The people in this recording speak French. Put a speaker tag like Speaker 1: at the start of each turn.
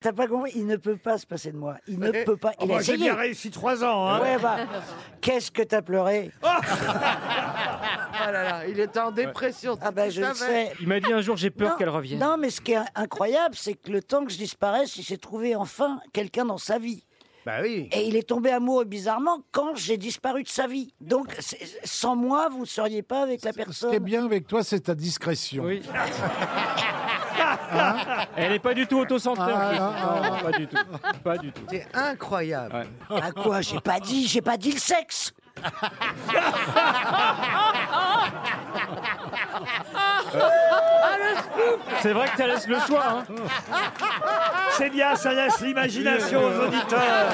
Speaker 1: t'as pas compris Il ne peut pas se passer de moi.
Speaker 2: Euh,
Speaker 1: Il ne
Speaker 3: Eh,
Speaker 1: peut pas.
Speaker 3: oh,
Speaker 1: Il a
Speaker 3: moi, j'ai
Speaker 1: essayé.
Speaker 3: bien réussi trois ans. hein.
Speaker 1: Ouais, bah, qu'est-ce que t'as pleuré
Speaker 3: Oh,
Speaker 4: Ah là là, il était en dépression.
Speaker 1: Ah ben, je le sais.
Speaker 2: Il m'a dit un jour, j'ai peur
Speaker 1: Non,
Speaker 2: qu'elle revienne.
Speaker 1: Non, mais ce qui est incroyable, c'est que le temps que je disparaisse, il s'est trouvé enfin quelqu'un dans sa vie.
Speaker 3: Bah oui.
Speaker 1: Et il est tombé amoureux bizarrement quand j'ai disparu de sa vie. Donc, c'est- sans moi, vous ne seriez pas avec la
Speaker 5: Ce qui est
Speaker 1: personne.
Speaker 5: bien avec toi, c'est ta discrétion.
Speaker 2: Oui. Elle n'est pas du tout autocentrée. en
Speaker 5: Ah,
Speaker 2: plus.
Speaker 5: ah,
Speaker 2: Non, pas du tout. Pas du tout.
Speaker 4: C'est incroyable.
Speaker 1: À Bah, quoi J'ai pas dit, j'ai pas dit le sexe.
Speaker 2: C'est vrai que ça laisse le choix. hein.
Speaker 3: C'est bien, ça laisse l'imagination aux auditeurs.